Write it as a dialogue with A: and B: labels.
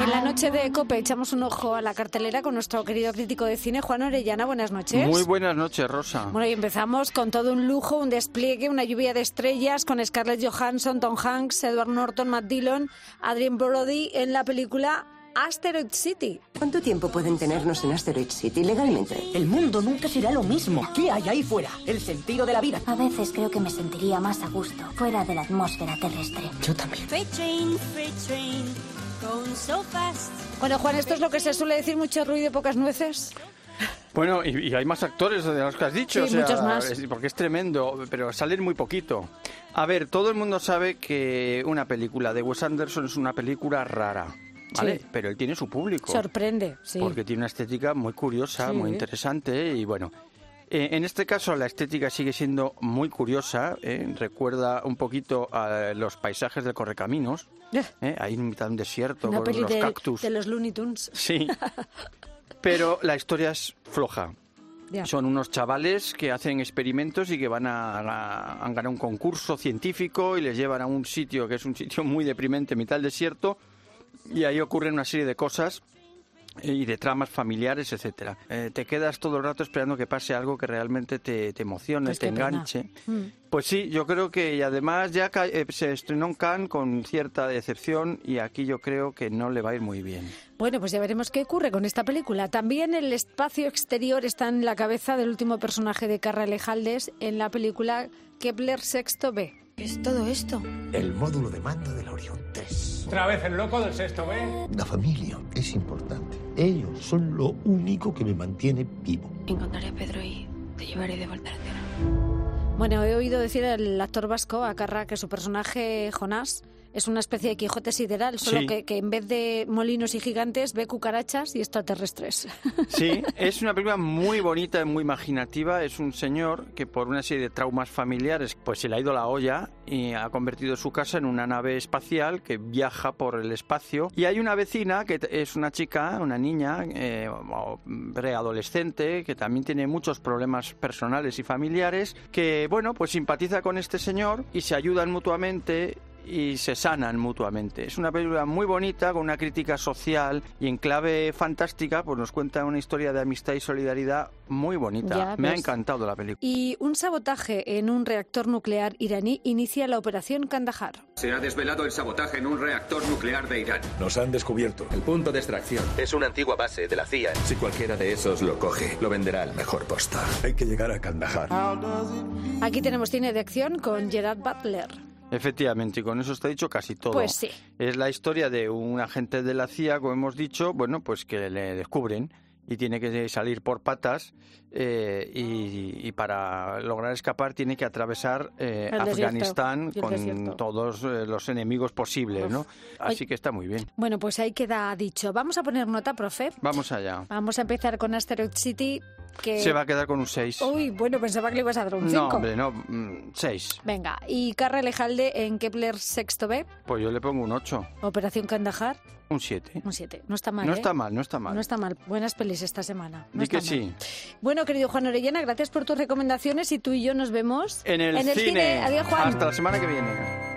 A: En la noche de COPE echamos un ojo a la cartelera con nuestro querido crítico de cine, Juan Orellana. Buenas noches.
B: Muy buenas noches, Rosa.
A: Bueno, y empezamos con todo un lujo, un despliegue, una lluvia de estrellas con Scarlett Johansson, Tom Hanks, Edward Norton, Matt Dillon, Adrien Brody en la película Asteroid City.
C: ¿Cuánto tiempo pueden tenernos en Asteroid City legalmente?
D: El mundo nunca será lo mismo. ¿Qué hay ahí fuera? El sentido de la vida.
E: A veces creo que me sentiría más a gusto fuera de la atmósfera terrestre.
D: Yo también.
A: Bueno, Juan, esto es lo que se suele decir, mucho ruido y pocas nueces.
B: Bueno, y, y hay más actores de los que has dicho.
A: Sí,
B: o sea,
A: muchos más.
B: es- porque es tremendo, pero salen muy poquito. A ver, todo el mundo sabe que una película de Wes Anderson es una película rara, ¿vale?
A: Sí.
B: Pero él tiene su público.
A: Sorprende, sí.
B: Porque tiene una estética muy curiosa,
A: Sí.
B: muy interesante y bueno. eh, en este caso la estética sigue siendo muy curiosa, ¿eh? recuerda un poquito a los paisajes del Correcaminos,
A: Eh,
B: ¿eh? ahí en mitad de un desierto
A: Una
B: con
A: peli
B: los
A: de,
B: cactus.
A: de los Looney Tunes.
B: Sí, pero la historia es floja.
A: Ya.
B: Son unos chavales que hacen experimentos y que van a, a- a ganar un concurso científico y les llevan a un sitio que es un sitio muy deprimente, mitad del desierto, y ahí ocurren una serie de cosas y de tramas familiares, etcétera. Eh, te quedas todo el rato esperando que pase algo que realmente te, te emocione,
A: Pues
B: te
A: qué pena.
B: enganche.
A: Mm.
B: Pues sí, yo creo que y además ya ca- eh, se estrenó en Cannes con cierta decepción y aquí yo creo que no le va a ir muy bien.
A: Bueno, pues ya veremos qué ocurre con esta película. También el espacio exterior está en la cabeza del último personaje de Carra Lejaldes en la película Kepler Sexto B.
F: ¿Qué es todo esto?
G: El módulo de mando del Orión 3.
H: Otra vez el loco del sexto B.
G: La familia es importante. Ellos son lo único que me mantiene vivo.
F: Encontraré a Pedro y te llevaré de vuelta a la Tierra.
A: Bueno, he oído decir al actor vasco, a Carra, que su personaje, Jonás, es una especie de Quijote sideral, solo
B: Sí.
A: que, que en vez de molinos y gigantes ve cucarachas y extraterrestres.
B: Sí, es una película muy bonita y muy imaginativa. Es un señor que por una serie de traumas familiares pues se le ha ido la olla y ha convertido su casa en una nave espacial que viaja por el espacio. Y hay una vecina que t- es una chica, una niña eh, o preadolescente que también tiene muchos problemas personales y familiares que, bueno, pues simpatiza con este señor y se ayudan mutuamente y se sanan mutuamente. Es una película muy bonita, con una crítica social y en clave fantástica, pues nos cuenta una historia de amistad y solidaridad muy bonita.
A: Ya, pues
B: Me ha
A: ves.
B: encantado la película.
A: y un sabotaje en un reactor nuclear iraní inicia la operación Kandahar.
I: Se ha desvelado el sabotaje en un reactor nuclear de Irán.
J: Nos han descubierto.
I: El punto de extracción es una antigua base de la CIA. Si cualquiera de esos lo coge, lo venderá al mejor postor.
J: Hay que llegar a Kandahar.
A: Aquí tenemos cine de acción con Gerard Butler.
B: Efectivamente, y con eso está dicho casi todo.
A: Pues sí.
B: Es la historia de un agente de la CIA, como hemos dicho, bueno, pues que le descubren y tiene que salir por patas eh, y, y para lograr escapar tiene que atravesar eh,
A: El desierto, y
B: Afganistán
A: el desierto.
B: con todos eh, los enemigos posibles,
A: Uf.
B: ¿no? Así que está muy bien.
A: Bueno, pues ahí queda dicho. Vamos a poner nota, profe.
B: Vamos allá.
A: Vamos a empezar con Asteroid City, que...
B: Se va a quedar con un 6.
A: Uy, bueno, pensaba que le ibas a dar un 5.
B: No, hombre, no. mm, 6.
A: Venga, y Carra Lejalde en Kepler Sexto B,
B: Pues yo le pongo un 8,
A: Operación Kandahar,
B: un 7.
A: un 7. No está mal,
B: No
A: ¿eh?
B: está mal, no está mal.
A: No está mal. Buenas pelis esta semana. No
B: Di
A: está
B: que
A: mal.
B: sí.
A: Bueno, querido Juan Orellana, gracias por tus recomendaciones y tú y yo nos vemos
B: En el,
A: Adiós, Juan.
B: Hasta la semana que viene.